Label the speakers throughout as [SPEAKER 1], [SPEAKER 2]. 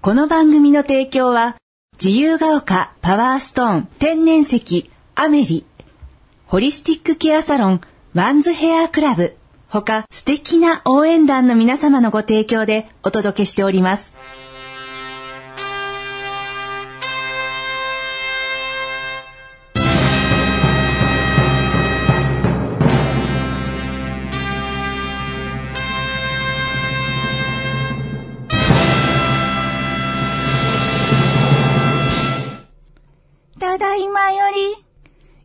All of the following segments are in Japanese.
[SPEAKER 1] この番組の提供は、自由が丘パワーストーン天然石アメリ、ホリスティックケアサロンワンズヘアクラブ、他素敵な応援団の皆様のご提供でお届けしております。ただいまより、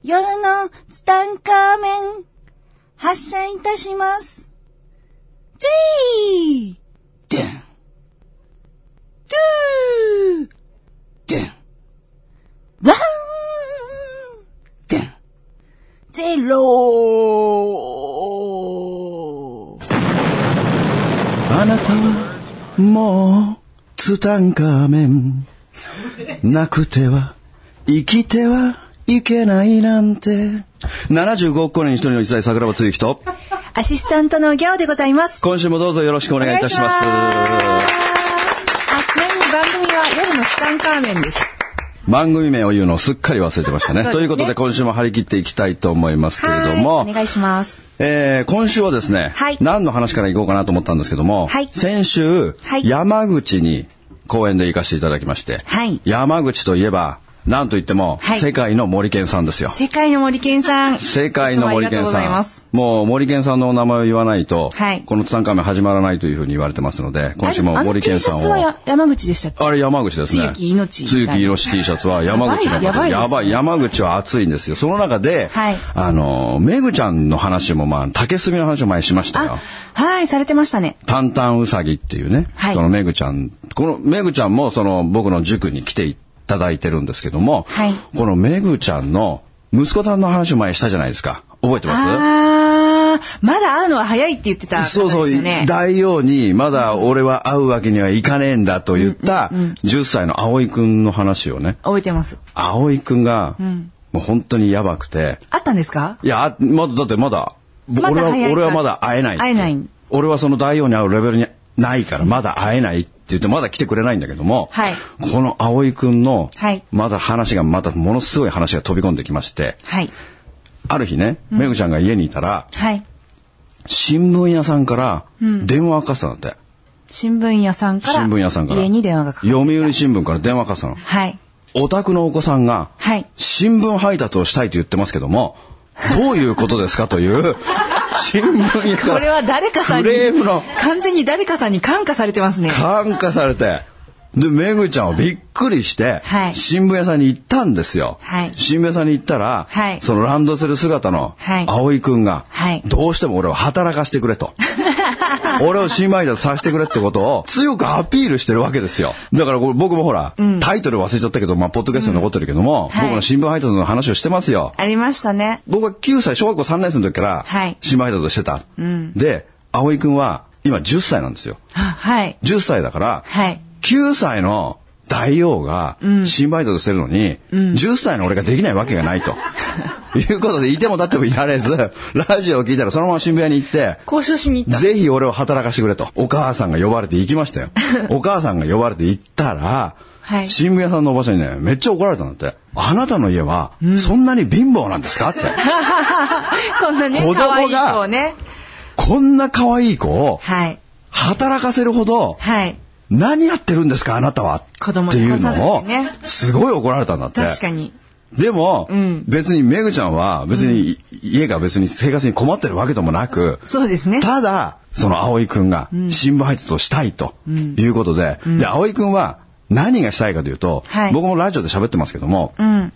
[SPEAKER 1] 夜のツタンカーメン、発射いたします。トゥリードゥントゥードゥンワンドゥンゼロー
[SPEAKER 2] あなたは、もう、ツタンカーメン。なくては、生きてはいけないなんて。75億光年に一人の一代桜庭つゆきと、
[SPEAKER 1] アシスタントのギャオでございます。
[SPEAKER 2] 今週もどうぞよろしくお願いいたします。
[SPEAKER 1] お願いしますあ、ちなみに番組は夜のツタンカーメンです。
[SPEAKER 2] 番組名を言うのをすっかり忘れてましたね。
[SPEAKER 1] そうですね
[SPEAKER 2] ということで今週も張り切っていきたいと思いますけれども
[SPEAKER 1] はい、お願いします。
[SPEAKER 2] えー、今週はですね、
[SPEAKER 1] はい
[SPEAKER 2] 何の話からいこうかなと思ったんですけども、
[SPEAKER 1] はい
[SPEAKER 2] 先週、
[SPEAKER 1] はい
[SPEAKER 2] 山口に公演で行かせていただきまして、
[SPEAKER 1] はい
[SPEAKER 2] 山口といえば、なんといっても、
[SPEAKER 1] はい
[SPEAKER 2] 世界の森健さんですよ。
[SPEAKER 1] 世界の森健さん。
[SPEAKER 2] 世界の森
[SPEAKER 1] いつもありがとう
[SPEAKER 2] 健
[SPEAKER 1] ござい
[SPEAKER 2] さ
[SPEAKER 1] ま
[SPEAKER 2] ん
[SPEAKER 1] す。。
[SPEAKER 2] もう森健さんのお名前を言わないと、
[SPEAKER 1] はい
[SPEAKER 2] このツタンカーメン始まらないというふうに言われてますので、今週も
[SPEAKER 1] あれ
[SPEAKER 2] 森健さん
[SPEAKER 1] あの T シャツは
[SPEAKER 2] を
[SPEAKER 1] や。山口でしたっけ
[SPEAKER 2] あれ山口ですね。
[SPEAKER 1] 露木命
[SPEAKER 2] 露木命 T シャツは山口の方で
[SPEAKER 1] やばいやばいですね
[SPEAKER 2] やばい、山口は暑いんですよ。その中で、
[SPEAKER 1] はい
[SPEAKER 2] あの、めぐちゃんの話も、まあ、竹炭の話も前にしましたよ
[SPEAKER 1] あ。、はい、されてましたね。
[SPEAKER 2] タンタンウサギっていうね、
[SPEAKER 1] はい
[SPEAKER 2] そのめぐちゃん、このめぐちゃんもその僕の塾に来ていただいてるんですけども、
[SPEAKER 1] はい
[SPEAKER 2] このめぐちゃんの息子さんの話を前にしたじゃないですか。覚えてます
[SPEAKER 1] あー、まだ会うのは早いって言ってた、ね。
[SPEAKER 2] そうそう、大王にまだ俺は会うわけにはいかねえんだと言った10歳の葵くんの話をね、
[SPEAKER 1] 覚えてます。
[SPEAKER 2] 葵くんがもう本当にやばくて、
[SPEAKER 1] あったんですか
[SPEAKER 2] いや、あまだ、だってまだ、ぼ
[SPEAKER 1] まだ
[SPEAKER 2] 俺は、
[SPEAKER 1] 早いから
[SPEAKER 2] 俺はまだ会えないって。
[SPEAKER 1] 会えない
[SPEAKER 2] 俺はその大王に会うレベルにないから、まだ会えないって言って、まだ来てくれないんだけども、
[SPEAKER 1] はい
[SPEAKER 2] この葵くんの、
[SPEAKER 1] はい
[SPEAKER 2] まだ話が、またものすごい話が飛び込んできまして、
[SPEAKER 1] はい。
[SPEAKER 2] ある日ね、めぐちゃんが家にいたら、
[SPEAKER 1] はい。
[SPEAKER 2] 新聞屋さんから電話がかかってたんだって。
[SPEAKER 1] 新聞屋さんから。
[SPEAKER 2] 新聞屋さんから。
[SPEAKER 1] 家に電話がかかる。
[SPEAKER 2] 読売新聞から電話がかかってたの。
[SPEAKER 1] はい。
[SPEAKER 2] お宅のお子さんが、
[SPEAKER 1] はい
[SPEAKER 2] 新聞配達をしたいと言ってますけども、どういうことですか という、新聞屋から
[SPEAKER 1] これは誰かさんに。
[SPEAKER 2] フレームの
[SPEAKER 1] 完全に誰かさんに感化されてますね。
[SPEAKER 2] 感化されて、で、めぐちゃんはびっくりして、
[SPEAKER 1] はい
[SPEAKER 2] 新聞屋さんに行ったんですよ。
[SPEAKER 1] はい
[SPEAKER 2] 新聞屋さんに行ったら、
[SPEAKER 1] はい
[SPEAKER 2] そのランドセル姿の
[SPEAKER 1] はい
[SPEAKER 2] 葵くんが、
[SPEAKER 1] はい
[SPEAKER 2] どうしても俺を働かしてく れと。俺を新米だとさせてくれってことを強くアピールしてるわけですよ。だからこれ僕もほら、タイトル忘れちゃったけど、まあ、ポッドキャストに残ってるけども、
[SPEAKER 1] はい
[SPEAKER 2] 僕の新聞配達の話をしてますよ。
[SPEAKER 1] ありましたね。
[SPEAKER 2] 僕は9歳、小学校3年生の時から
[SPEAKER 1] はい、
[SPEAKER 2] 新聞配達をしてた。で、葵くんは今10歳なんですよ。
[SPEAKER 1] あはい。
[SPEAKER 2] 10歳だから、
[SPEAKER 1] はい。
[SPEAKER 2] 9歳の大王が、新バイトとしてるのに、10歳の俺ができないわけがな いと。いうことで、いても立ってもいられず、ラジオを聞いたらそのまま新聞屋に行 って、
[SPEAKER 1] 交渉しに行った。
[SPEAKER 2] ぜひ俺を働かしてくれと。お母さんが呼ばれて行き ましたよ。お母さんが呼ばれて行ったら、
[SPEAKER 1] はい
[SPEAKER 2] 新聞屋さんのおばさんにね、めっちゃ怒られたんだって。あなたの家は、そんなに貧乏なんで すかって。
[SPEAKER 1] こんなね、
[SPEAKER 2] 子供が
[SPEAKER 1] 可愛い子をね。
[SPEAKER 2] こんな可愛い子を、
[SPEAKER 1] はい。
[SPEAKER 2] 働かせるほど、
[SPEAKER 1] はい。
[SPEAKER 2] 何やってるんですかあなたは。
[SPEAKER 1] 子供
[SPEAKER 2] って
[SPEAKER 1] に
[SPEAKER 2] い
[SPEAKER 1] 来
[SPEAKER 2] う
[SPEAKER 1] させて
[SPEAKER 2] のを
[SPEAKER 1] ね、
[SPEAKER 2] すごい怒られたんだって。
[SPEAKER 1] 確かに。
[SPEAKER 2] でも、
[SPEAKER 1] ん
[SPEAKER 2] 別にめぐちゃんは、別に、家が別に生活に困ってるわけでもなく、
[SPEAKER 1] そうですね。
[SPEAKER 2] ただ、その葵くんが、新聞配達をしたいということで、で、葵くんは何がしたいかというと、
[SPEAKER 1] はい
[SPEAKER 2] 僕もラジオで喋ってますけども、
[SPEAKER 1] うん。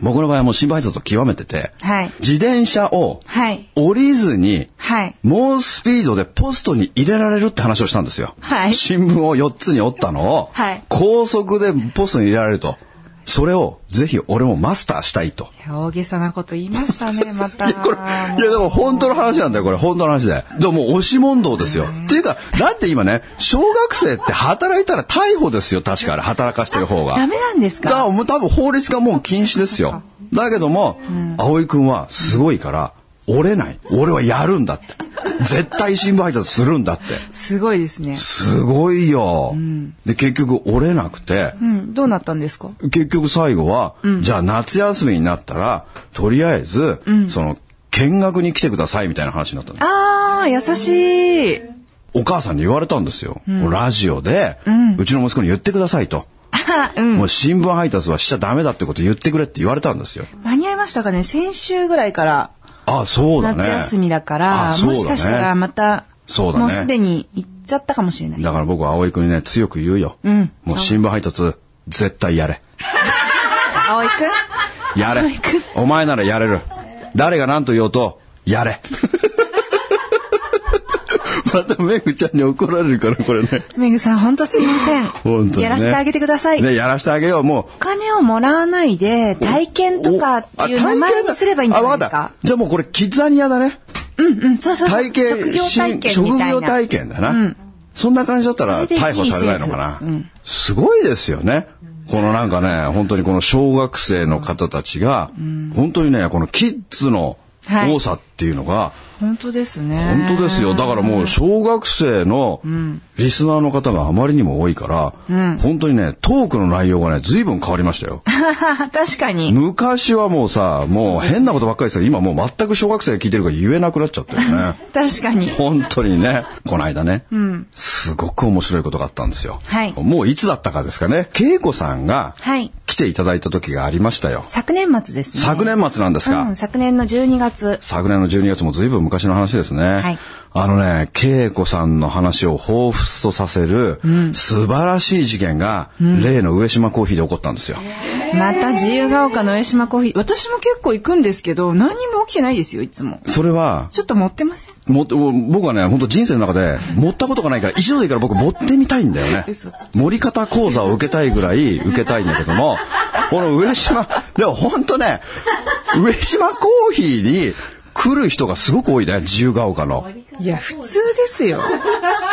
[SPEAKER 2] 僕の場合はもう新聞配達を極めてて、
[SPEAKER 1] はい
[SPEAKER 2] 自転車を
[SPEAKER 1] はい。
[SPEAKER 2] 降りずに、
[SPEAKER 1] はい。
[SPEAKER 2] 猛スピードでポストに入れられるって話をしたんですよ。
[SPEAKER 1] はい
[SPEAKER 2] 新聞を4つに折ったのを、
[SPEAKER 1] はい
[SPEAKER 2] 高速でポストに入れられると。それをぜひ俺もマスターしたいと。
[SPEAKER 1] いや大げさなこと言いました ね、また。
[SPEAKER 2] いや、これ、いや、でも本当の話なんだよ、これ。本当の話で。でももう押し問答ですよ。っていうか、だって今ね、小学生って働いたら逮捕ですよ、確かあれ。働かしてる方が。
[SPEAKER 1] ダメなんです
[SPEAKER 2] だから
[SPEAKER 1] か
[SPEAKER 2] もう多分法律がもう禁止ですよ。だけども、葵くんはすごいから、折れない。俺はやるんだって。絶対新聞配達するんだって。
[SPEAKER 1] すごいですね。
[SPEAKER 2] すごいよ。で、結局折れなくて、
[SPEAKER 1] うん。どうなったんですか
[SPEAKER 2] 結局最後は、じゃあ夏休みになったら、とりあえず、その、見学に来てくださいみたいな話になったの。
[SPEAKER 1] ああ、優しい。
[SPEAKER 2] お母さんに言われたんですよ。ラジオで、うちの息子に言ってくださいと。
[SPEAKER 1] あうん。
[SPEAKER 2] もう新聞配達はしちゃダメだってこと言ってくれって言われたんですよ。
[SPEAKER 1] 間に合いましたかね先週ぐらいから
[SPEAKER 2] あ、そうだね。
[SPEAKER 1] 夏休みだから、
[SPEAKER 2] あそうだ
[SPEAKER 1] もし
[SPEAKER 2] ね
[SPEAKER 1] かしたらまた、
[SPEAKER 2] そうだね
[SPEAKER 1] もうすでに行っちゃったかもしれない。
[SPEAKER 2] だから僕は葵君にね、強く言うよ。
[SPEAKER 1] ん
[SPEAKER 2] もう新聞配達、絶対やれ。
[SPEAKER 1] 葵くん
[SPEAKER 2] やれ
[SPEAKER 1] 葵君。
[SPEAKER 2] お前ならやれる。誰が何と言おうと、やれ。 またメグちゃんに怒られるから、これね。
[SPEAKER 1] めぐさん、ほんとすみません。
[SPEAKER 2] 本当に、ね。
[SPEAKER 1] やらせてあげてください。
[SPEAKER 2] ね、やらせてあげよう。も
[SPEAKER 1] お金をもらわないで、
[SPEAKER 2] う。
[SPEAKER 1] 体験とかっていう名前にすればいいんじゃないです
[SPEAKER 2] あわ
[SPEAKER 1] か
[SPEAKER 2] っ。たじゃあもうこれ、キザニアだね。
[SPEAKER 1] うんうん、そうそうそう。
[SPEAKER 2] 体験、
[SPEAKER 1] 職業体験
[SPEAKER 2] 新
[SPEAKER 1] みたいな。
[SPEAKER 2] 職業体験だな、
[SPEAKER 1] うん
[SPEAKER 2] そんな感じだったら
[SPEAKER 1] それでいい
[SPEAKER 2] 逮捕されないのかな。
[SPEAKER 1] 政府うん
[SPEAKER 2] すごいですよね。このなんかね、本当にこの小学生の方たちが、本当にね、このキッズの多さっていうのが、
[SPEAKER 1] 本当ですね。
[SPEAKER 2] 本当ですよ。だからもう小学生のリスナーの方があまりにも多いから、本当にね、トークの内容がね、随分変わりましたよ。
[SPEAKER 1] 確かに。
[SPEAKER 2] 昔はもうさ、もう変なことばっかりですけど、今もう全く小学生が聞いてるから言えなくなっちゃったよね。
[SPEAKER 1] 確かに。
[SPEAKER 2] 本当にね、この間ね、すごく面白いことがあったんですよ。
[SPEAKER 1] はい
[SPEAKER 2] もういつだったかですかね、恵子さんが
[SPEAKER 1] はい。
[SPEAKER 2] 来ていただいた時がありましたよ。
[SPEAKER 1] 昨年末ですね。
[SPEAKER 2] 昨年末なんですが、
[SPEAKER 1] うん、昨年の12月。
[SPEAKER 2] 昨年の12月も随分昔の話ですね。
[SPEAKER 1] い
[SPEAKER 2] あのね、恵子さんの話を彷彿とさせる、素晴らしい事件が、例の上島コーヒーで起こったんですよ。
[SPEAKER 1] また自由が丘の上島コーヒー。私も結構行くんですけど、何にも起きてないですよ、いつも。
[SPEAKER 2] それは、
[SPEAKER 1] ちょっと持ってません
[SPEAKER 2] もっても僕はね、本当人生の中で、持ったことがないから、一度でいいから僕持ってみたいんだよね
[SPEAKER 1] 嘘つ。
[SPEAKER 2] 盛り方講座を受けたいぐらい受けたいんだけども、この上島、でも本当ね、上島コーヒーに来る人がすごく多いね、自由が丘の。
[SPEAKER 1] いや、普通ですよ。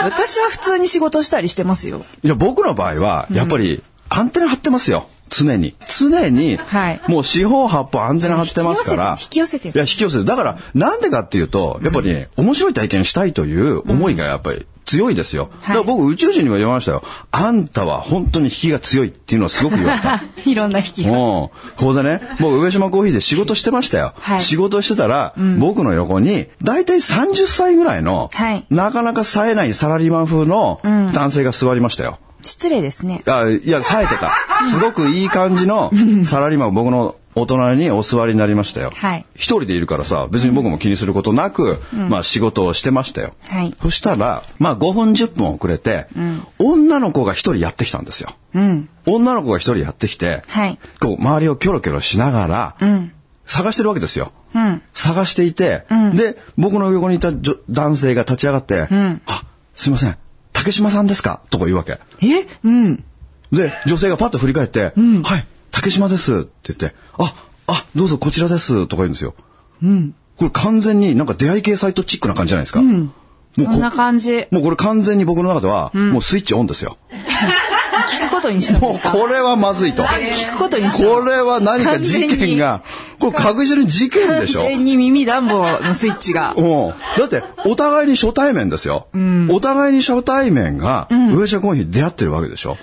[SPEAKER 1] 私は普通に仕事したりしてますよ。
[SPEAKER 2] いや、僕の場合は、やっぱり、アンテナ張ってますよ。常に。常に、
[SPEAKER 1] はい
[SPEAKER 2] もう四方八方アンテナ張ってますから。
[SPEAKER 1] 引き寄せて引き寄せて
[SPEAKER 2] いや、引き寄せて。だから、なんでかっていうと、やっぱり、ね面白い体験したいという思いがやっぱり強いですよ。だから僕、宇宙人にも言われましたよ。あんたは本当に引きが強いっていうのはすごく言 われた。
[SPEAKER 1] いろんな引き
[SPEAKER 2] うん。
[SPEAKER 1] が。
[SPEAKER 2] ここでね、僕、上島コーヒーで仕事してましたよ。
[SPEAKER 1] はい
[SPEAKER 2] 仕事してたら、僕の横に、大体30歳ぐらいの、
[SPEAKER 1] はい
[SPEAKER 2] なかなか冴えないサラリーマン風の男性が座りましたよ。
[SPEAKER 1] 失礼ですね。
[SPEAKER 2] あいや、冴えてた。すごくいい感じのサラリーマン、僕の大人にお座りになりましたよ。
[SPEAKER 1] はい
[SPEAKER 2] 一人でいるからさ、別に僕も気にすることなく、まあ仕事をしてましたよ。
[SPEAKER 1] はい
[SPEAKER 2] そしたら、まあ5分10分遅れて、女の子が一人やってきたんですよ。
[SPEAKER 1] うん。
[SPEAKER 2] 女の子が一人やってきて、
[SPEAKER 1] はい
[SPEAKER 2] こう周りをキョロキョロしながら、
[SPEAKER 1] ん
[SPEAKER 2] 探してるわけですよ。
[SPEAKER 1] うん。
[SPEAKER 2] 探していて、で、僕の横にいた女男性が立ち上がって、あ、すいません、竹島さんですかとか言うわけ。
[SPEAKER 1] えうん。
[SPEAKER 2] で、女性がパッと振り返って、はい、竹島ですって言って、あ、あ、どうぞこちらですとか言うんですよ。これ完全になんか出会い系サイトチックな感じじゃないですか。もうこ
[SPEAKER 1] そんな感 じ。
[SPEAKER 2] もうこれ完全に僕の中では、もうスイッチオンですよ。
[SPEAKER 1] 聞くことにしたん
[SPEAKER 2] も
[SPEAKER 1] で
[SPEAKER 2] う
[SPEAKER 1] すか
[SPEAKER 2] これはまずいと。
[SPEAKER 1] 聞くことにした
[SPEAKER 2] これは何か事件が、これ確実に事件でしょ
[SPEAKER 1] 完全に耳暖房のスイッチが。
[SPEAKER 2] うん。だって、お互いに初対面ですよ。お互いに初対面が、上社コーヒーに出会ってるわけでしょ。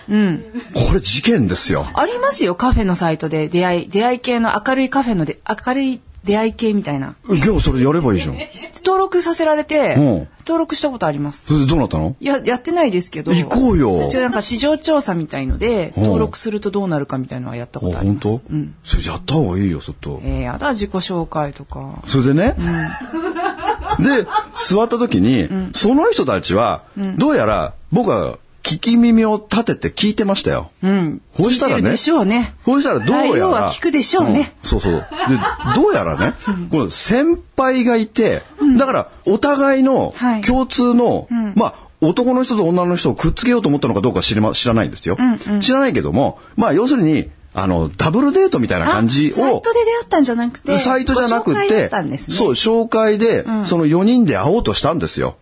[SPEAKER 2] これ事件ですよ。
[SPEAKER 1] ありますよ、カフェのサイトで出会い、出会い系の明るいカフェので、明るい出会い系みたいな。
[SPEAKER 2] 今日それやればいいじゃん。
[SPEAKER 1] 登録させられて、
[SPEAKER 2] うん
[SPEAKER 1] 登録したことあります。
[SPEAKER 2] それでどうなったの
[SPEAKER 1] いや、やってないですけど。
[SPEAKER 2] 行こうよ
[SPEAKER 1] 一応なんか市場調査みたいので、
[SPEAKER 2] うん
[SPEAKER 1] 登録するとどうなるかみたいのはやった
[SPEAKER 2] あ、
[SPEAKER 1] ことあり
[SPEAKER 2] 本
[SPEAKER 1] ます。
[SPEAKER 2] 当
[SPEAKER 1] うん。
[SPEAKER 2] それやった方がいいよ、ちょっと。
[SPEAKER 1] えー、あとは自己紹介とか。
[SPEAKER 2] それでね、で、座った時に、その人たちは、どうやら僕は聞き耳を立てて聞いてましたよ。
[SPEAKER 1] うん。
[SPEAKER 2] そうしたら
[SPEAKER 1] 聞いてる
[SPEAKER 2] ね
[SPEAKER 1] で、しょうね。
[SPEAKER 2] そうしたらどうやら。
[SPEAKER 1] 内容は聞くでしょうね
[SPEAKER 2] んそうそう。で、どうやらね、この先輩がいて、だからお互いの
[SPEAKER 1] はい
[SPEAKER 2] 共通の、
[SPEAKER 1] ん
[SPEAKER 2] まあ、男の人と女の人をくっつけようと思ったのかどうか知りま、知らないんですよ。知らないけども、まあ、要するに、あの、ダブルデートみたいな感じ
[SPEAKER 1] あサイ
[SPEAKER 2] を
[SPEAKER 1] ト、で出会ったんじゃなくて。
[SPEAKER 2] サイトじゃなく
[SPEAKER 1] ご紹介だ
[SPEAKER 2] て、
[SPEAKER 1] ったんですね。
[SPEAKER 2] そう、紹介で、その4人で会おうとしたんですよ。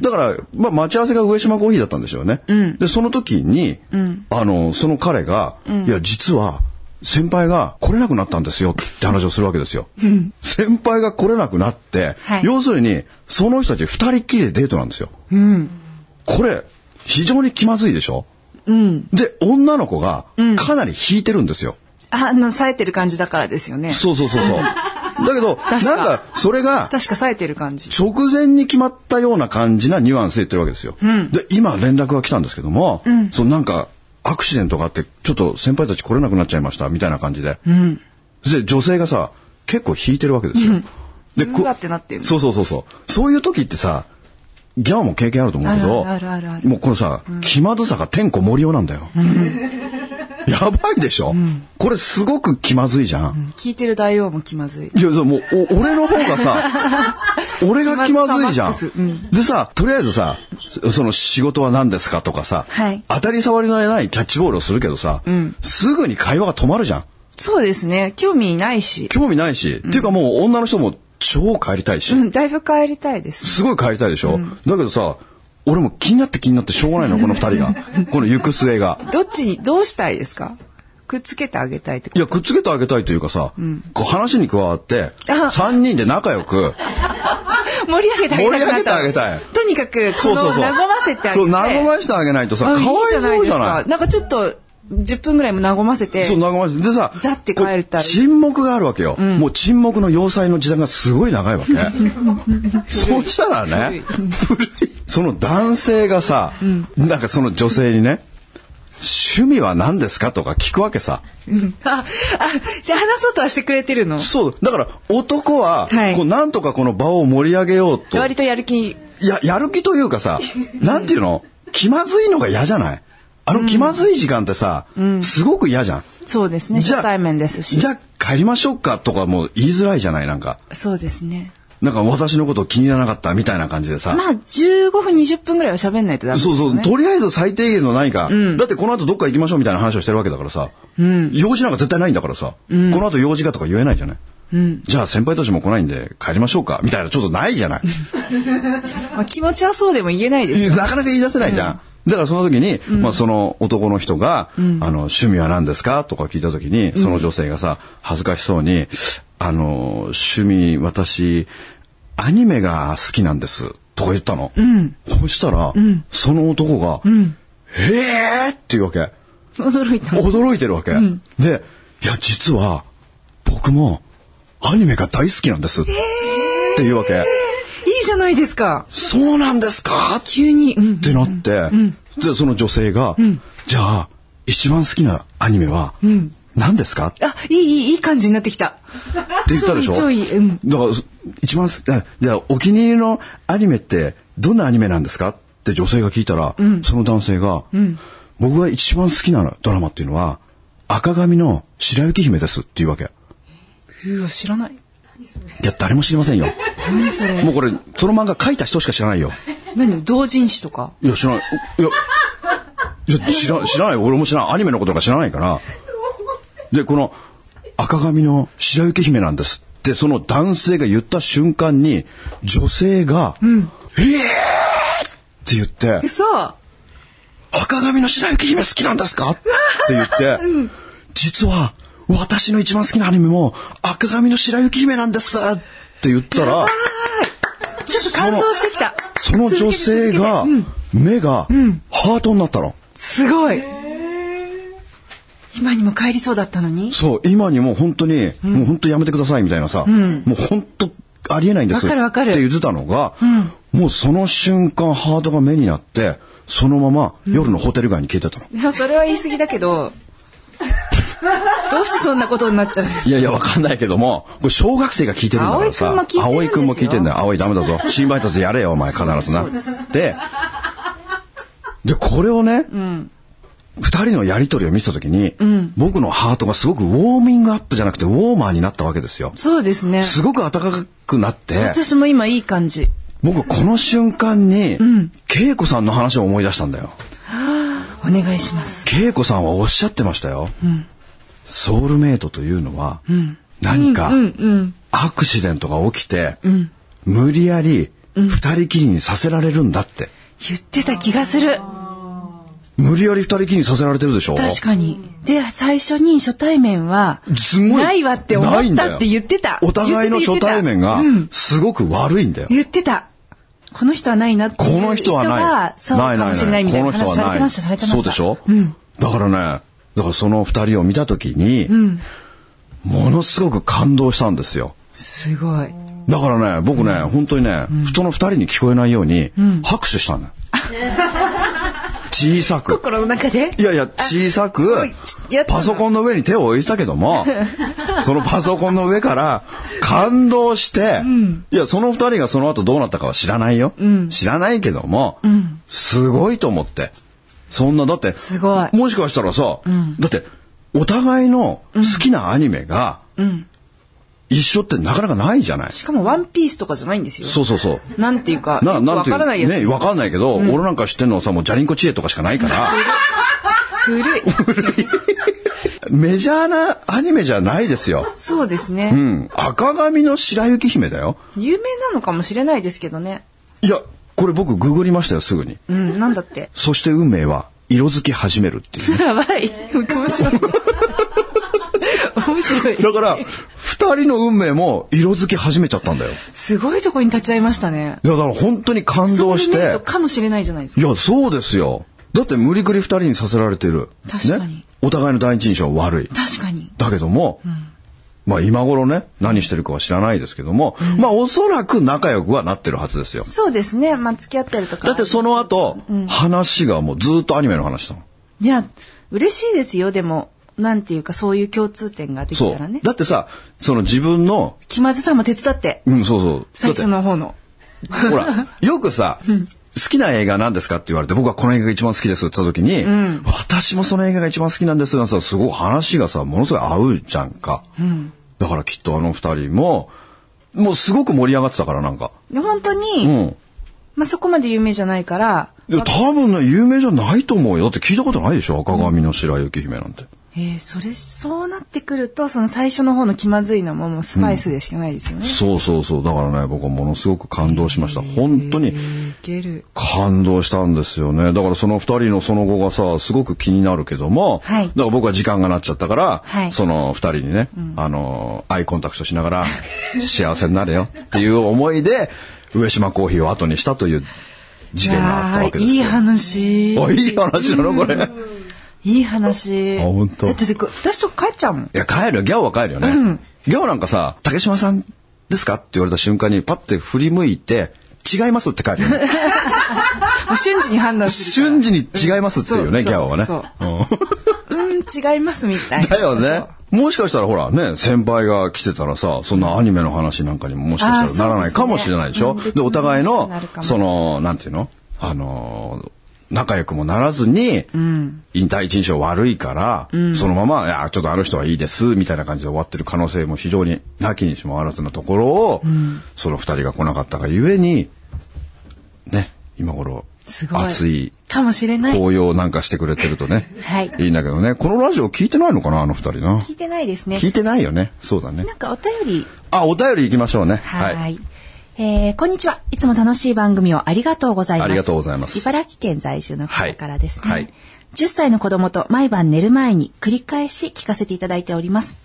[SPEAKER 2] だから、まあ、待ち合わせが上島コーヒーだったんでしょうね。で、その時に、あの、その彼が、いや、実は、先輩が来れなくなったんですよって話をするわけですよ。先輩が来れなくなって、
[SPEAKER 1] はい
[SPEAKER 2] 要するに、その人たち二人っきりでデートなんですよ。これ、非常に気まずいでしょ
[SPEAKER 1] うん。
[SPEAKER 2] で、女の子が、かなり引いてるんですよ。
[SPEAKER 1] あの、冴えてる感じだからですよね。
[SPEAKER 2] そうそうそうそう。だけど、なん
[SPEAKER 1] か
[SPEAKER 2] か、それが、
[SPEAKER 1] 確か冴えてる感じ。
[SPEAKER 2] 直前に決まったような感じなニュアンスで言ってるわけですよ。で、今連絡が来たんですけども、そのなんか、アクシデントがあって、ちょっと先輩たち来れなくなっちゃいました、みたいな感じで。で、女性がさ、結構引いてるわけですよ。で、
[SPEAKER 1] う
[SPEAKER 2] こ
[SPEAKER 1] わってなってんの
[SPEAKER 2] そうそうそうそう。そういう時ってさ、ギャオも経験あると思うけど、
[SPEAKER 1] あるあるあるある
[SPEAKER 2] もうこのさ、気まずさが天子盛雄なんだよ。 やばいでしょ、これすごく気まずいじゃん
[SPEAKER 1] 聞いてる大王も気まずい。
[SPEAKER 2] いや、そうもう、お俺の方 がさ、俺が気まずいじゃ
[SPEAKER 1] 気まずさマッ
[SPEAKER 2] ん
[SPEAKER 1] クスうん。
[SPEAKER 2] でさ、とりあえずさ、そその仕事は何ですかとかさ、
[SPEAKER 1] はい
[SPEAKER 2] 当たり障りのないキャッチボールをするけどさ、すぐに会話が止まるじゃん。
[SPEAKER 1] そうですね。興味ないし。
[SPEAKER 2] 興味ないし、っていうかもう女の人も超帰りたいし、
[SPEAKER 1] うん、だいぶ帰りたいです。
[SPEAKER 2] すごい帰りたいでしょ、だけどさ、俺も気になって気になってしょうがないの、この二人が。この行く末が。
[SPEAKER 1] どっちに、どうしたいですかくっつけてあげたいってこ
[SPEAKER 2] い
[SPEAKER 1] と
[SPEAKER 2] や、くっつけてあげたいというかさ、こう話に加わって、
[SPEAKER 1] あ
[SPEAKER 2] 三人で仲良く、
[SPEAKER 1] 盛り上げてあげたい。
[SPEAKER 2] 盛り上げてあげたい
[SPEAKER 1] とにかく、こ
[SPEAKER 2] そうそう
[SPEAKER 1] の、
[SPEAKER 2] そう。
[SPEAKER 1] 和ませてあげたい。
[SPEAKER 2] そう、和ませてあげないとさ、か
[SPEAKER 1] あ
[SPEAKER 2] わいそうじゃ
[SPEAKER 1] い
[SPEAKER 2] ない
[SPEAKER 1] いですか。なんかちょっと、10分ぐらいも和ませて。
[SPEAKER 2] そう、和ませて。でさ、
[SPEAKER 1] ざって帰るたら
[SPEAKER 2] 沈黙があるわけよ。もう沈黙の要塞の時間がすごい長いわけ。 そうしたらね、古いその男性がさ、なんかその女性にね、趣味は何ですかとか聞くわけさ。
[SPEAKER 1] あ、あ、じゃあ話そうとはしてくれてるの
[SPEAKER 2] そう、だから男は、
[SPEAKER 1] はい
[SPEAKER 2] こうなんとかこの場を盛り上げようと。
[SPEAKER 1] 割とやる気、
[SPEAKER 2] や、やる気というか さ、なんていうの気まずいのが嫌じゃないあの気まずい時間ってさ、すごく嫌じゃん。
[SPEAKER 1] そうですね。
[SPEAKER 2] じゃあ
[SPEAKER 1] 初対面ですし
[SPEAKER 2] じ。ゃあ帰りましょうかとかも言いづらいじゃないなんか。
[SPEAKER 1] そうですね。
[SPEAKER 2] なんか私のこと気に入らなかったみたいな感じでさ。
[SPEAKER 1] まあ、15分、20分ぐらいは喋んないとダメです
[SPEAKER 2] そう
[SPEAKER 1] ね。
[SPEAKER 2] そう、とりあえず最低限の何か、だってこの後どっか行きましょうみたいな話をしてるわけだからさ。用事なんか絶対ないんだからさ。この後用事がとか言えないじゃない、じゃあ先輩たちも来ないんで帰りましょうかみたいなちょっとないじゃない
[SPEAKER 1] まあ、気持ちはそうでも言えないです。
[SPEAKER 2] なかなか言い出せないじゃん。だからその時に、まあその男の人が、あの、趣味は何ですかとか聞いた時に、その女性がさ、恥ずかしそうに、あの、趣味、私、アニメが好きなんです、とか言ったの。そしたら、その男が、へえーっていうわけ。
[SPEAKER 1] 驚いた。
[SPEAKER 2] 驚いてるわけ。で、いや、実は、僕も、アニメが大好きなんです。っていうわけ。
[SPEAKER 1] いいじゃないですか。
[SPEAKER 2] そうなんですか
[SPEAKER 1] 急に。うん
[SPEAKER 2] っ。てなって、でその女性が、じゃあ一番好きなアニメは何ですか?」って
[SPEAKER 1] あ、いい、いい、いい感じになってきた。
[SPEAKER 2] 言ったでしょ
[SPEAKER 1] ちょいちょいうん
[SPEAKER 2] だからそ一番すあじゃあお気に入りのアニメってどんなアニメなんですか?」って女性が聞いたら、その男性が、僕が一番好きなドラマっていうのは赤髪の白雪姫です」っていうわけ。
[SPEAKER 1] うわ、知らない。
[SPEAKER 2] いや誰も知りませんよ。
[SPEAKER 1] 何それ
[SPEAKER 2] も。うこれその漫画書いた人しか知らないよ。
[SPEAKER 1] 何同人誌とか。
[SPEAKER 2] いや、知らない。いや、いや知ら知らない。俺も知らない。アニメのことが知らないから。で、この、赤髪の白雪姫なんですって、その男性が言った瞬間に、女性が、ええーって言って、
[SPEAKER 1] 嘘
[SPEAKER 2] 赤髪の白雪姫好きなんですかって言って、実は、私の一番好きなアニメも、赤髪の白雪姫なんですって言ったら、
[SPEAKER 1] ちょっと感動してきた。
[SPEAKER 2] その女性が、目が、ハートになったの。
[SPEAKER 1] すごい。今にも帰りそうだったのに。
[SPEAKER 2] そう、今にもう本当に、もう本当やめてくださいみたいなさ、もう本当ありえないんです
[SPEAKER 1] わかるわかる
[SPEAKER 2] って言ってたのが、もうその瞬間ハートが目になって、そのまま夜のホテル街に消えてたの。
[SPEAKER 1] いや、それは言い過ぎだけど、どうしてそんなことになっちゃうんですか
[SPEAKER 2] いやいや、わかんないけども、これ小学生が聞いてるんだからさ、
[SPEAKER 1] 葵
[SPEAKER 2] く
[SPEAKER 1] く
[SPEAKER 2] ん
[SPEAKER 1] ん
[SPEAKER 2] も
[SPEAKER 1] も
[SPEAKER 2] 聞
[SPEAKER 1] 聞
[SPEAKER 2] い
[SPEAKER 1] い
[SPEAKER 2] て
[SPEAKER 1] て
[SPEAKER 2] ん
[SPEAKER 1] ん
[SPEAKER 2] だ
[SPEAKER 1] だ
[SPEAKER 2] よ。葵ダメ だぞ。新配達やれよ、お前必ずな。
[SPEAKER 1] そうですそ
[SPEAKER 2] で、で、これをね、二人のやりとりを見てた時に、僕のハートがすごくウォーミングアップじゃなくてウォーマーになったわけですよ。
[SPEAKER 1] そうですね。
[SPEAKER 2] すごく暖かくなって、
[SPEAKER 1] 私も今いい感じ。
[SPEAKER 2] 僕この瞬間に、恵子さんの話を思い出したんだよ。
[SPEAKER 1] お願いします。
[SPEAKER 2] 恵子さんはおっしゃってましたよ。ソウルメイトというのは、何かアクシデントが起きて、無理やり二人きりにさせられるんだって。
[SPEAKER 1] 言ってた気がする。
[SPEAKER 2] 無理やり二人きりにさせられてるでしょ
[SPEAKER 1] 確かに。で、最初に初対面は、
[SPEAKER 2] すごい。
[SPEAKER 1] ないわって思
[SPEAKER 2] ないん
[SPEAKER 1] っ
[SPEAKER 2] だよ
[SPEAKER 1] たって言ってた。
[SPEAKER 2] お互いの初対面が
[SPEAKER 1] 言ってた言ってたうん、
[SPEAKER 2] すごく悪いんだよ。
[SPEAKER 1] 言ってた。この人はないなって
[SPEAKER 2] こ
[SPEAKER 1] いう
[SPEAKER 2] の人はない。
[SPEAKER 1] がそう
[SPEAKER 2] ない
[SPEAKER 1] かもしれないみたいな話されてました、されてました。
[SPEAKER 2] そうでしょ、
[SPEAKER 1] うん。
[SPEAKER 2] だからね、だからその二人を見たときに、
[SPEAKER 1] うん。
[SPEAKER 2] ものすごく感動したんですよ。
[SPEAKER 1] すごい。
[SPEAKER 2] だからね、僕ね、本当にね、人の二人に聞こえないように、拍手 したのよ。小さく。
[SPEAKER 1] 心の中で
[SPEAKER 2] いやいや、小さ
[SPEAKER 1] お
[SPEAKER 2] く
[SPEAKER 1] いちやっ、たんだ
[SPEAKER 2] パソコンの上に手を置いてたけ ども、そのパソコンの上から感動して、いや、その二人がその後どうなったかは知らないよ。知らないけども、すごいと思って。そんな、だって、
[SPEAKER 1] すごい。
[SPEAKER 2] もしかしたらさ、
[SPEAKER 1] ん
[SPEAKER 2] だって、お互いの好きなアニメが
[SPEAKER 1] うん。
[SPEAKER 2] 一緒ってなかなかないじゃない。
[SPEAKER 1] しかもワンピースとかじゃないんですよ。
[SPEAKER 2] そうそうそう。
[SPEAKER 1] なんていうか、
[SPEAKER 2] な、
[SPEAKER 1] よく
[SPEAKER 2] な
[SPEAKER 1] わ
[SPEAKER 2] んてい、
[SPEAKER 1] からないうやつで
[SPEAKER 2] ね、
[SPEAKER 1] す。
[SPEAKER 2] わかんないけど、俺なんか知ってんのはさ、もうジャリンコ知恵とかしかないから、
[SPEAKER 1] 古い。
[SPEAKER 2] メジャーなアニメじゃないですよ。
[SPEAKER 1] そうです
[SPEAKER 2] う
[SPEAKER 1] ね。
[SPEAKER 2] ん。赤髪の白雪姫だよ。
[SPEAKER 1] 有名なのかもしれないですけどね。
[SPEAKER 2] いや、これ僕ググりましたよ、すぐに。
[SPEAKER 1] うん、なんだって。
[SPEAKER 2] そして運命は、色づき始めるっていうね。
[SPEAKER 1] やばい。面白い。面白い。
[SPEAKER 2] だから、二人の運命も色づき始めちゃったんだよ。
[SPEAKER 1] すごいとこに立ち会いましたね。
[SPEAKER 2] いやだから本当に感動し
[SPEAKER 1] ソウルメイ
[SPEAKER 2] て
[SPEAKER 1] ト、かもしれないじゃないです
[SPEAKER 2] い
[SPEAKER 1] か。
[SPEAKER 2] や、そうですよ。だって無理くり二人にさせられてる。
[SPEAKER 1] 確かに
[SPEAKER 2] ね。お互いの第一印象は悪い。
[SPEAKER 1] 確かに。
[SPEAKER 2] だけども、まあ今頃ね、何してるかは知らないですけども、まあおそらく仲良くはなってるはずですよ。
[SPEAKER 1] そうですね。まあ、付き合ったりとか。
[SPEAKER 2] だってその後、話がもうずっとアニメの話したの。
[SPEAKER 1] いや、嬉しいですよ、でも。なんていうか、そういう共通点ができ
[SPEAKER 2] そ
[SPEAKER 1] たらね
[SPEAKER 2] う。。だってさ、その自分の、
[SPEAKER 1] 気まずさも手伝って。
[SPEAKER 2] うん、そうそう。
[SPEAKER 1] 最初の方の。
[SPEAKER 2] だって、ほら、よくさ、好きな映画何ですかって言われて、僕はこの映画が一番好きですって言った時に、私もその映画が一番好きなんですがさ、すごい話がさ、ものすごい合うじゃんか。だからきっとあの二人も、もうすごく盛り上がってたから、なんか。
[SPEAKER 1] で本当に、
[SPEAKER 2] うん。
[SPEAKER 1] まあ、そこまで有名じゃないから、
[SPEAKER 2] いや、多分ね、有名じゃないと思うよ。だって聞いたことないでしょ赤髪の白雪姫なんて。
[SPEAKER 1] えー、それ、そうなってくると、その最初の方の気まずいのももうスパイスでしかないですよね。
[SPEAKER 2] そうそうそう。だからね、僕はものすごく感動しました。本当に
[SPEAKER 1] えーいける。
[SPEAKER 2] 感動したんですよね。だからその二人のその後がさ、すごく気になるけども、
[SPEAKER 1] はい
[SPEAKER 2] だから僕は時間がなっちゃったから、
[SPEAKER 1] はい
[SPEAKER 2] その二人にね、あの、アイコンタクトしながら、 幸せになれよっていう思いで、上島コーヒーを後にしたという事件があったわけですよ。
[SPEAKER 1] いやーいい話。
[SPEAKER 2] あいい話なのこれ。
[SPEAKER 1] いい話。
[SPEAKER 2] あ本当
[SPEAKER 1] だってこ私と帰っちゃうも ん。
[SPEAKER 2] いや、帰るよ。ギャオは帰るよね。
[SPEAKER 1] うん
[SPEAKER 2] ギャオなんかさ、竹島さんですかって言われた瞬間に、パッて振り向いて、違いますって帰るよね。
[SPEAKER 1] もう瞬時に判断するから。
[SPEAKER 2] 瞬時に違いますっていうね、
[SPEAKER 1] うん
[SPEAKER 2] ギャオはね。
[SPEAKER 1] そう
[SPEAKER 2] う
[SPEAKER 1] うん、違いますみたい
[SPEAKER 2] ん
[SPEAKER 1] な。
[SPEAKER 2] だよね。もしかしたらほらね、先輩が来てたらさ、そんなアニメの話なんかにももしかしたらならないかもしれないでし
[SPEAKER 1] あ
[SPEAKER 2] ょ
[SPEAKER 1] ーそうですねうん
[SPEAKER 2] で、お互いの
[SPEAKER 1] なるか、も
[SPEAKER 2] その、なんていうのあのー、仲良くもならずに、引退一印象悪いから、そのまま、いや、ちょっとあの人はいいです、みたいな感じで終わってる可能性も非常になきにしもあらずなところを、その二人が来なかったがゆえに、ね、今頃
[SPEAKER 1] す、ごい
[SPEAKER 2] 熱い
[SPEAKER 1] かもしれない。
[SPEAKER 2] 紅葉なんかしてくれてるとね。
[SPEAKER 1] はい
[SPEAKER 2] いんだけどね。このラジオ聞いてないのかなあの二人な。
[SPEAKER 1] 聞いてないですね。
[SPEAKER 2] 聞いてないよね。そうだね
[SPEAKER 1] な。んかお便り。
[SPEAKER 2] あ、お便り行きましょうね。
[SPEAKER 1] はい。
[SPEAKER 2] はい。
[SPEAKER 1] えーこんにちは。いつも楽しい番組をありがとうございます。
[SPEAKER 2] ありがとうございます
[SPEAKER 1] 茨城県在住の方からですね。
[SPEAKER 2] はいはい
[SPEAKER 1] 10歳の子供と毎晩寝る前に繰り返し聞かせていただいております。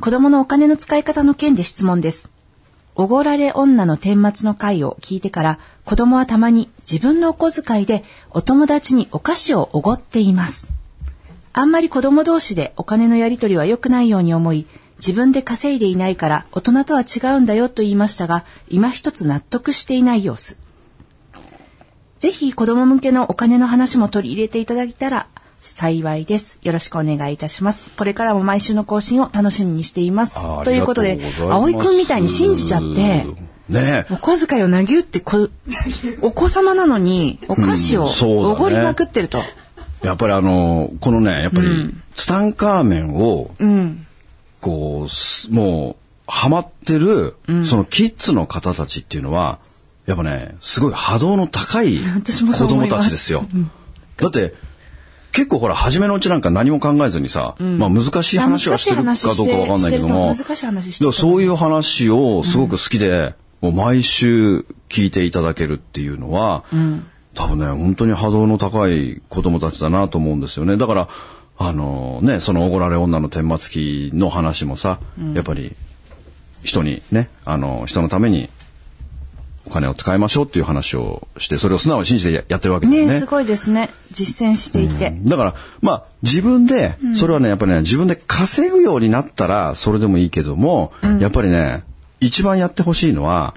[SPEAKER 1] 子供のお金の使い方の件で質問です。おごられ女の顛末の回を聞いてから、子供はたまに自分のお小遣いでお友達にお菓子をおごっています。あんまり子供同士でお金のやり取りは良くないように思い、自分で稼いでいないから大人とは違うんだよと言いましたが、今一つ納得していない様子。ぜひ子供向けのお金の話も取り入れていただけたら幸いです。よろしくお願いいたします。これからも毎週の更新を楽しみにしています。
[SPEAKER 2] あ
[SPEAKER 1] ということ
[SPEAKER 2] あ
[SPEAKER 1] で
[SPEAKER 2] りが、ございます
[SPEAKER 1] 葵くんみたいに信じちゃって、
[SPEAKER 2] ねえ。
[SPEAKER 1] お小遣いを投げ打ってこ、お子様なのに、お菓子を
[SPEAKER 2] うんそうだね
[SPEAKER 1] おごりまくってると。
[SPEAKER 2] やっぱりあの、このね、やっぱり、ツタンカーメンを、
[SPEAKER 1] うん。
[SPEAKER 2] こうす、もう、ハマってる、そのキッズの方たちっていうのは、やっぱね、すごい波動の高い
[SPEAKER 1] 私も
[SPEAKER 2] 子
[SPEAKER 1] そう思
[SPEAKER 2] 供
[SPEAKER 1] います
[SPEAKER 2] たちですよ。だって、結構ほら、初めのうちなんか何も考えずにさ、まあ難しい話はしてるかどうかわかんないけども、
[SPEAKER 1] 難しい話してると難しい話してる
[SPEAKER 2] だからそういう話をすごく好きで、もう毎週聞いていただけるっていうのは、多分ね、本当に波動の高い子供たちだなと思うんですよね。だから、あのね、そのおごられ女の天末期の話もさ、やっぱり、人にね、あの、人のために、お金を使いましょうっていう話をして、それを素直に信じてややってるわけだよ
[SPEAKER 1] ね
[SPEAKER 2] ね。
[SPEAKER 1] すごいですね。実践していて。
[SPEAKER 2] だから、まあ、自分で、それはね、やっぱりね、自分で稼ぐようになったら、それでもいいけども、やっぱりね、一番やってほしいのは、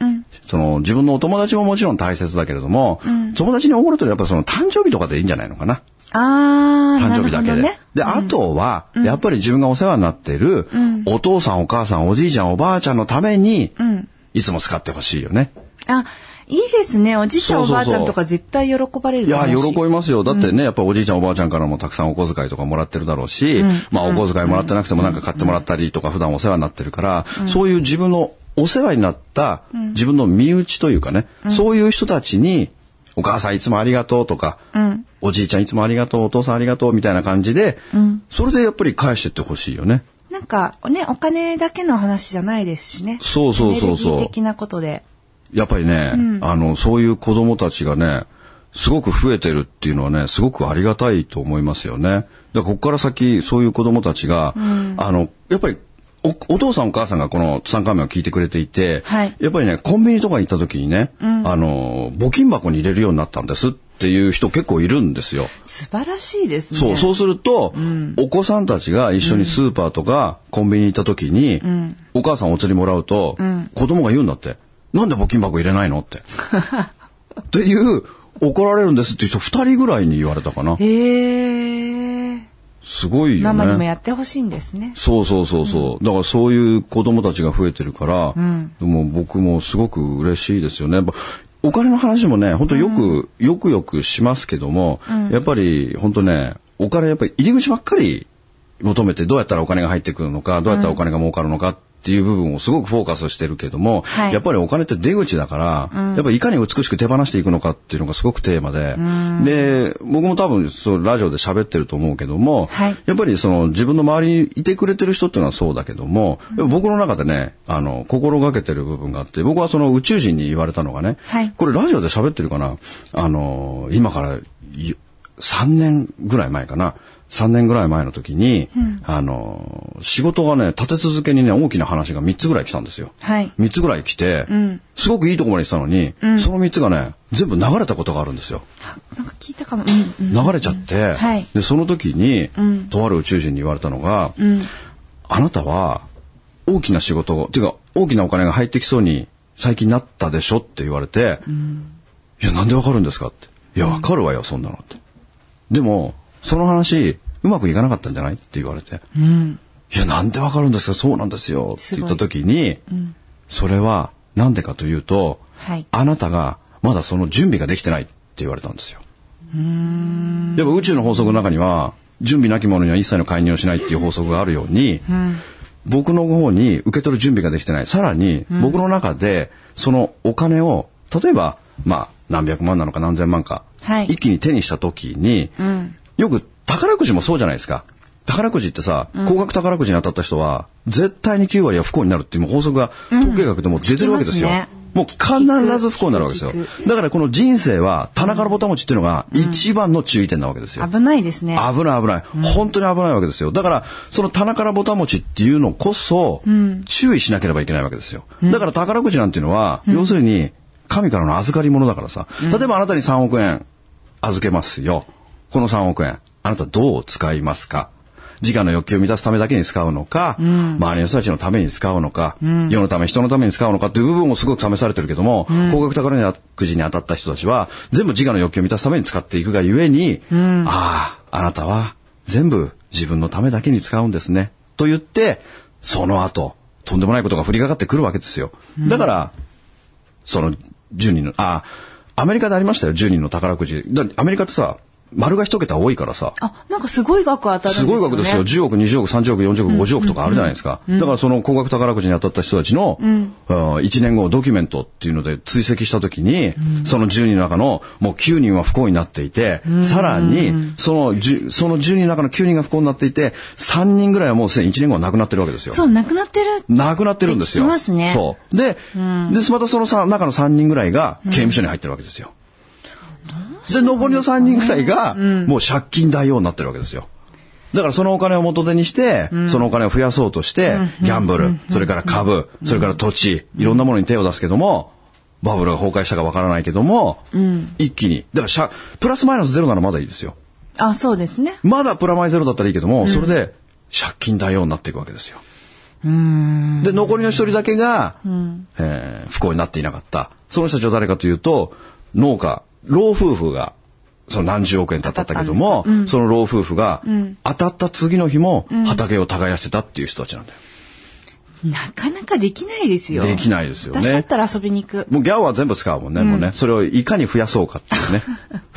[SPEAKER 2] その、自分のお友達ももちろん大切だけれども、友達におごるとやっぱりその、誕生日とかでいいんじゃないのかな。
[SPEAKER 1] あー、
[SPEAKER 2] 誕
[SPEAKER 1] な
[SPEAKER 2] 生
[SPEAKER 1] る
[SPEAKER 2] 日だ
[SPEAKER 1] ほ
[SPEAKER 2] け
[SPEAKER 1] ど
[SPEAKER 2] で。
[SPEAKER 1] ね。
[SPEAKER 2] で、あとは、やっぱり自分がお世話になってる、お父さん、お母さん、おじいちゃん、おばあちゃんのために、いつも使ってほしいよね。
[SPEAKER 1] あ、いいですね。おじいちゃん
[SPEAKER 2] そうそうそう
[SPEAKER 1] おばあちゃんとか絶対喜ばれる
[SPEAKER 2] い
[SPEAKER 1] と思
[SPEAKER 2] や、
[SPEAKER 1] うし
[SPEAKER 2] 喜びますよ。だってね、やっぱおじいちゃんおばあちゃんからもたくさんお小遣いとかもらってるだろうし、まあお小遣いもらってなくてもなんか買ってもらったりとか普段お世話になってるから、そういう自分のお世話になった自分の身内というかね、そういう人たちに、お母さんいつもありがとうとか、おじいちゃんいつもありがとう、お父さんありがとうみたいな感じで、それでやっぱり返してってほしいよね。
[SPEAKER 1] なんか、ね、お金だけの話じゃないですしね。
[SPEAKER 2] そうそうそうそう
[SPEAKER 1] エネルギー的なことで。
[SPEAKER 2] やっぱりね、あの、そういう子供たちがね、すごく増えてるっていうのはね、すごくありがたいと思いますよね。だからここから先、そういう子供たちが、あの、やっぱり、おお父さんお母さんがこのツタンカーメンを聞いてくれていて、
[SPEAKER 1] はい
[SPEAKER 2] やっぱりね、コンビニとか行った時にね、あの、募金箱に入れるようになったんですっていう人結構いるんですよ。
[SPEAKER 1] 素晴らしいですね。
[SPEAKER 2] そう、そうすると、お子さんたちが一緒にスーパーとかコンビニ行った時に、お母さんお釣りもらうと、子供が言うんだって、なんで募金箱入れないの って。っていう、怒られるんですっていう人二人ぐらいに言われたかな。
[SPEAKER 1] へー。
[SPEAKER 2] すごいよ
[SPEAKER 1] ママにも
[SPEAKER 2] ね。
[SPEAKER 1] やってほしいんですね。
[SPEAKER 2] そうそうそうそう、だからそういう子供たちが増えてるから、でも僕もすごく嬉しいですよね。やっぱお金の話もね、本当よく、よくよくしますけども、やっぱり本当ね、お金やっぱり入り口ばっかり求めてどうやったらお金が入ってくるのかどうやったらお金が儲かるのかっていう部分をすごくフォーカスしてるけども、
[SPEAKER 1] はい
[SPEAKER 2] やっぱりお金って出口だから、やっぱりいかに美しく手放していくのかっていうのがすごくテーマで、で僕も多分そうラジオで喋ってると思うけども、
[SPEAKER 1] はい
[SPEAKER 2] やっぱりその自分の周りにいてくれてる人っていうのはそうだけども、やっぱ僕の中でねあの心がけてる部分があって僕はその宇宙人に言われたのがね、
[SPEAKER 1] はい
[SPEAKER 2] これラジオで喋ってるかなあの今からい3年ぐらい前かな3年ぐらい前の時に、あの仕事がね立て続けにね大きな話が3つぐらい来たんですよ。
[SPEAKER 1] はい。
[SPEAKER 2] 3つぐらい来て、すごくいいとこまで来たのに、その3つがね全部流れたことがあるんですよ。
[SPEAKER 1] なんか聞いたかも。うんうん
[SPEAKER 2] 流れちゃって、
[SPEAKER 1] はい
[SPEAKER 2] でその時に、とある宇宙人に言われたのが、あなたは大きな仕事をっていうか大きなお金が入ってきそうに最近なったでしょって言われて、いやなんでわかるんですかっていやわかるわよそんなのってでもその話うまくいかなかったんじゃないって言われて、いやなんでわかるんですかそうなんですよって言った時に、それはなんでかというと、
[SPEAKER 1] はい
[SPEAKER 2] あなたがまだその準備ができてないって言われたんですよ。やっぱ宇宙の法則の中には準備なき者には一切の介入をしないっていう法則があるように、僕の方に受け取る準備ができてないさらに僕の中でそのお金を例えばまあ何百万なのか何千万か、
[SPEAKER 1] はい
[SPEAKER 2] 一気に手にした時に、よく宝くじもそうじゃないですか宝くじってさ、高額宝くじに当たった人は絶対に9割は不幸になるっていうもう法則が統計学でもう出てるわけですよ。
[SPEAKER 1] 聞きますね
[SPEAKER 2] もう必ず不幸になるわけですよ
[SPEAKER 1] 聞く。
[SPEAKER 2] だからこの人生は棚からぼたもちっていうのが一番の注意点なわけですよ。
[SPEAKER 1] 危ないですね。
[SPEAKER 2] 危ない危ない。本当に危ないわけですよ。だから、その棚からぼたもちっていうのこそ、注意しなければいけないわけですよ。だから宝くじなんていうのは、要するに、神からの預かり物だからさ。例えばあなたに3億円預けますよ。この3億円、あなたどう使いますか時間の欲求を満たすためだけに使うのか、周りの人たちのために使うのか、世のため、人のために使うのかっていう部分をすごく試されてるけども、高額宝くじに当たった人たちは、全部自我の欲求を満たすために使っていくがゆえに、ああ、あなたは全部自分のためだけに使うんですね。と言って、その後、とんでもないことが降りかかってくるわけですよ。だから、その10人の、あ、アメリカでありましたよ、10人の宝くじ。だアメリカってさ、丸が一桁多いからさ、
[SPEAKER 1] あ、なんかすごい額当たるんです
[SPEAKER 2] す
[SPEAKER 1] よね。
[SPEAKER 2] ごい額ですよ。10億、20億、30億、40億、50億とかあるじゃないですか。だからその高額宝くじに当たった人たちの、1年後をドキュメントっていうので追跡したときに、その10人の中のもう9人は不幸になっていて、さらに、その10、その10人の中の9人が不幸になっていて、3人ぐらいはもうすでに1年後は亡くなってるわけですよ。
[SPEAKER 1] そう、なくなってる。
[SPEAKER 2] 亡くなってるんですよ。
[SPEAKER 1] 聞きますね
[SPEAKER 2] そう。で、で、またそのさ中の3人ぐらいが刑務所に入ってるわけですよ。で、残りの3人ぐらいが、もう借金大王になってるわけですよ。だからそのお金を元手にして、そのお金を増やそうとして、ギャンブル、それから株、それから土地、いろんなものに手を出すけども、バブルが崩壊したかわからないけども、一気に。だからしゃ、プラスマイナスゼロならまだいいですよ。
[SPEAKER 1] あ、そうですね。
[SPEAKER 2] まだプラマイゼロだったらいいけども、それで借金大王になっていくわけですよ。で、残りの一人だけが、えー不幸になっていなかった。その人たちは誰かというと、農家、老夫婦が、その何十億円当たったけども、その老夫婦が、当たった次の日も畑を耕してたっていう人たちなんだよ。
[SPEAKER 1] なかなかできないですよ。
[SPEAKER 2] できないですよね
[SPEAKER 1] 私だったら遊びに行く。
[SPEAKER 2] もうギャオは全部使うもんね、もうね。それをいかに増やそうかっていうね。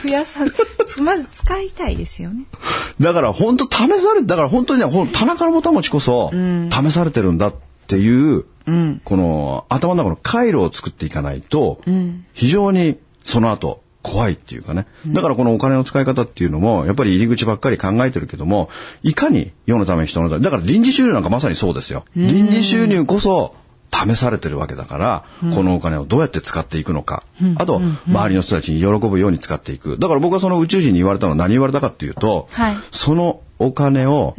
[SPEAKER 1] 増やさん、 まず使いたいですよね。
[SPEAKER 2] だから本当試されだから本当にね、ほん田中のぼたもちこそ、試されてるんだっていう、この頭の中の回路を作っていかないと、非常にその後、怖いっていうかね。だからこのお金の使い方っていうのも、やっぱり入り口ばっかり考えてるけども、いかに世のため人のため。だから臨時収入なんかまさにそうですよ。臨時収入こそ試されてるわけだから、このお金をどうやって使っていくのか。あと、周りの人たちに喜ぶように使っていく。だから僕はその宇宙人に言われたのは何言われたかっていうと、
[SPEAKER 1] はい
[SPEAKER 2] そのお金を、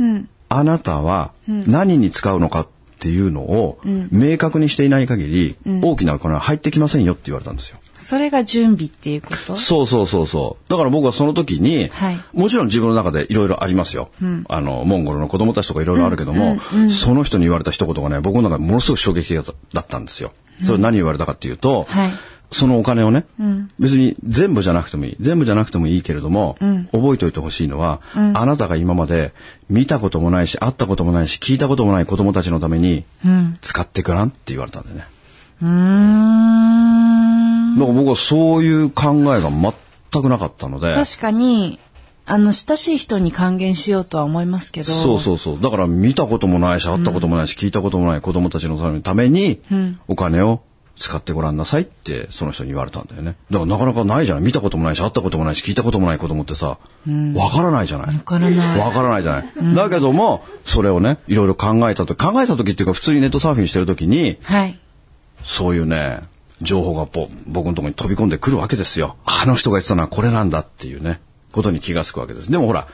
[SPEAKER 2] あなたは何に使うのかっていうのを、明確にしていない限り、大きなお金は入ってきませんよって言われたんですよ。
[SPEAKER 1] それが準備っていうこと
[SPEAKER 2] そうそうそうそう。だから僕はその時に、
[SPEAKER 1] はい
[SPEAKER 2] もちろん自分の中でいろいろありますよ、あの、モンゴルの子供たちとかいろいろあるけども、その人に言われた一言がね、僕の中でものすごく衝撃的だったんですよ。それ何言われたかっていうと、
[SPEAKER 1] はい
[SPEAKER 2] そのお金をね、別に全部じゃなくてもいい。全部じゃなくてもいいけれども、覚えておいてほしいのは、あなたが今まで見たこともないし、会ったこともないし、聞いたこともない子供たちのために、使ってくらんって言われたんだよね。
[SPEAKER 1] うーん。
[SPEAKER 2] だから僕はそういう考えが全くなかったので、
[SPEAKER 1] 確かに、あの、親しい人に還元しようとは思いますけど。
[SPEAKER 2] そうそうそう。だから見たこともないし、会ったこともないし、聞いたこともない子供たちのためにために、お金を使ってごらんなさいって、その人に言われたんだよね。だからなかなかないじゃない。見たこともないし、会ったこともないし、聞いたこともない子供ってさ、わ、からないじゃない。わ
[SPEAKER 1] からない
[SPEAKER 2] わからないじゃない。だけども、それをね、いろいろ考えたと考えた時っていうか、普通にネットサーフィンしてる時に、
[SPEAKER 1] はい。
[SPEAKER 2] そういうね、情報がぼ僕のところに飛び込んでくるわけですよ。あの人が言ってたのはこれなんだっていうね、ことに気がつくわけです。でもほら、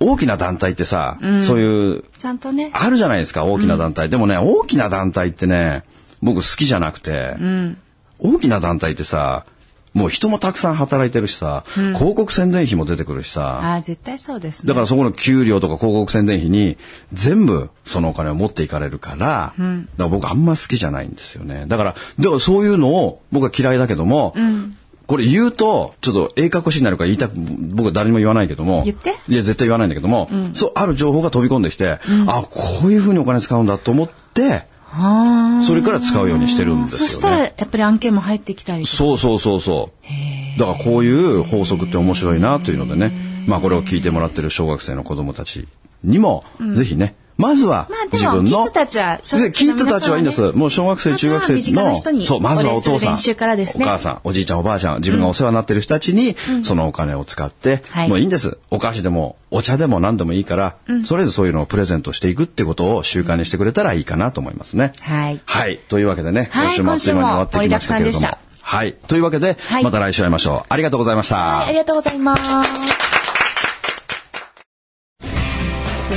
[SPEAKER 2] 大きな団体ってさ、そういう
[SPEAKER 1] ちゃんとね。
[SPEAKER 2] あるじゃないですか、大きな団体。でもね、大きな団体ってね、僕好きじゃなくて、大きな団体ってさ、もう人もたくさん働いてるしさ、広告宣伝費も出てくるしさ、
[SPEAKER 1] ああ、絶対そうですね。
[SPEAKER 2] だからそこの給料とか広告宣伝費に全部そのお金を持っていかれるから、だから僕あんま好きじゃないんですよね。だから、だからそういうのを僕は嫌いだけども、これ言うと、ちょっと鋭角しになるから言いたく、僕は誰にも言わないけども、
[SPEAKER 1] 言って
[SPEAKER 2] いや、絶対言わないんだけども、そう、ある情報が飛び込んできて、あ、こういうふうにお金使うんだと思って、
[SPEAKER 1] あー
[SPEAKER 2] それから使うようにしてるんですよね
[SPEAKER 1] そしたら、やっぱり案件も入ってきたりとか
[SPEAKER 2] そうそうそうそう。だからこういう法則って面白いなというのでね、まあこれを聞いてもらってる小学生の子供たちにも、ぜひね、まずは
[SPEAKER 1] まあでも
[SPEAKER 2] 自分の。
[SPEAKER 1] キッズたちは小
[SPEAKER 2] で
[SPEAKER 1] 学生
[SPEAKER 2] キ
[SPEAKER 1] の
[SPEAKER 2] ッズたちはいいんです。
[SPEAKER 1] 皆様ね
[SPEAKER 2] もう小学生、
[SPEAKER 1] まず
[SPEAKER 2] 中
[SPEAKER 1] は
[SPEAKER 2] 学生
[SPEAKER 1] 身近な
[SPEAKER 2] の
[SPEAKER 1] 人、に
[SPEAKER 2] そう、まずは
[SPEAKER 1] お
[SPEAKER 2] お
[SPEAKER 1] 礼
[SPEAKER 2] 父
[SPEAKER 1] す
[SPEAKER 2] さ
[SPEAKER 1] る
[SPEAKER 2] ん、
[SPEAKER 1] 練習からですね
[SPEAKER 2] お母さん、おじいちゃん、おばあちゃん、自分がお世話になってる人たちに、そのお金を使って、
[SPEAKER 1] はい
[SPEAKER 2] もういいんです。お菓子でも、お茶でも何でもいいから、それぞれそういうのをプレゼントしていくってことを習慣にしてくれたらいいかなと思いますね。
[SPEAKER 1] はい
[SPEAKER 2] はい。というわけでね、
[SPEAKER 1] はい
[SPEAKER 2] 今週もあっという間に終わってきましたけれ
[SPEAKER 1] 今週も盛りだくさんで
[SPEAKER 2] ど
[SPEAKER 1] し
[SPEAKER 2] も
[SPEAKER 1] た。
[SPEAKER 2] はい。というわけで、
[SPEAKER 1] はい
[SPEAKER 2] また来週会いましょう。ありがとうございました。
[SPEAKER 1] はい、ありがとうございます。
[SPEAKER 3] ス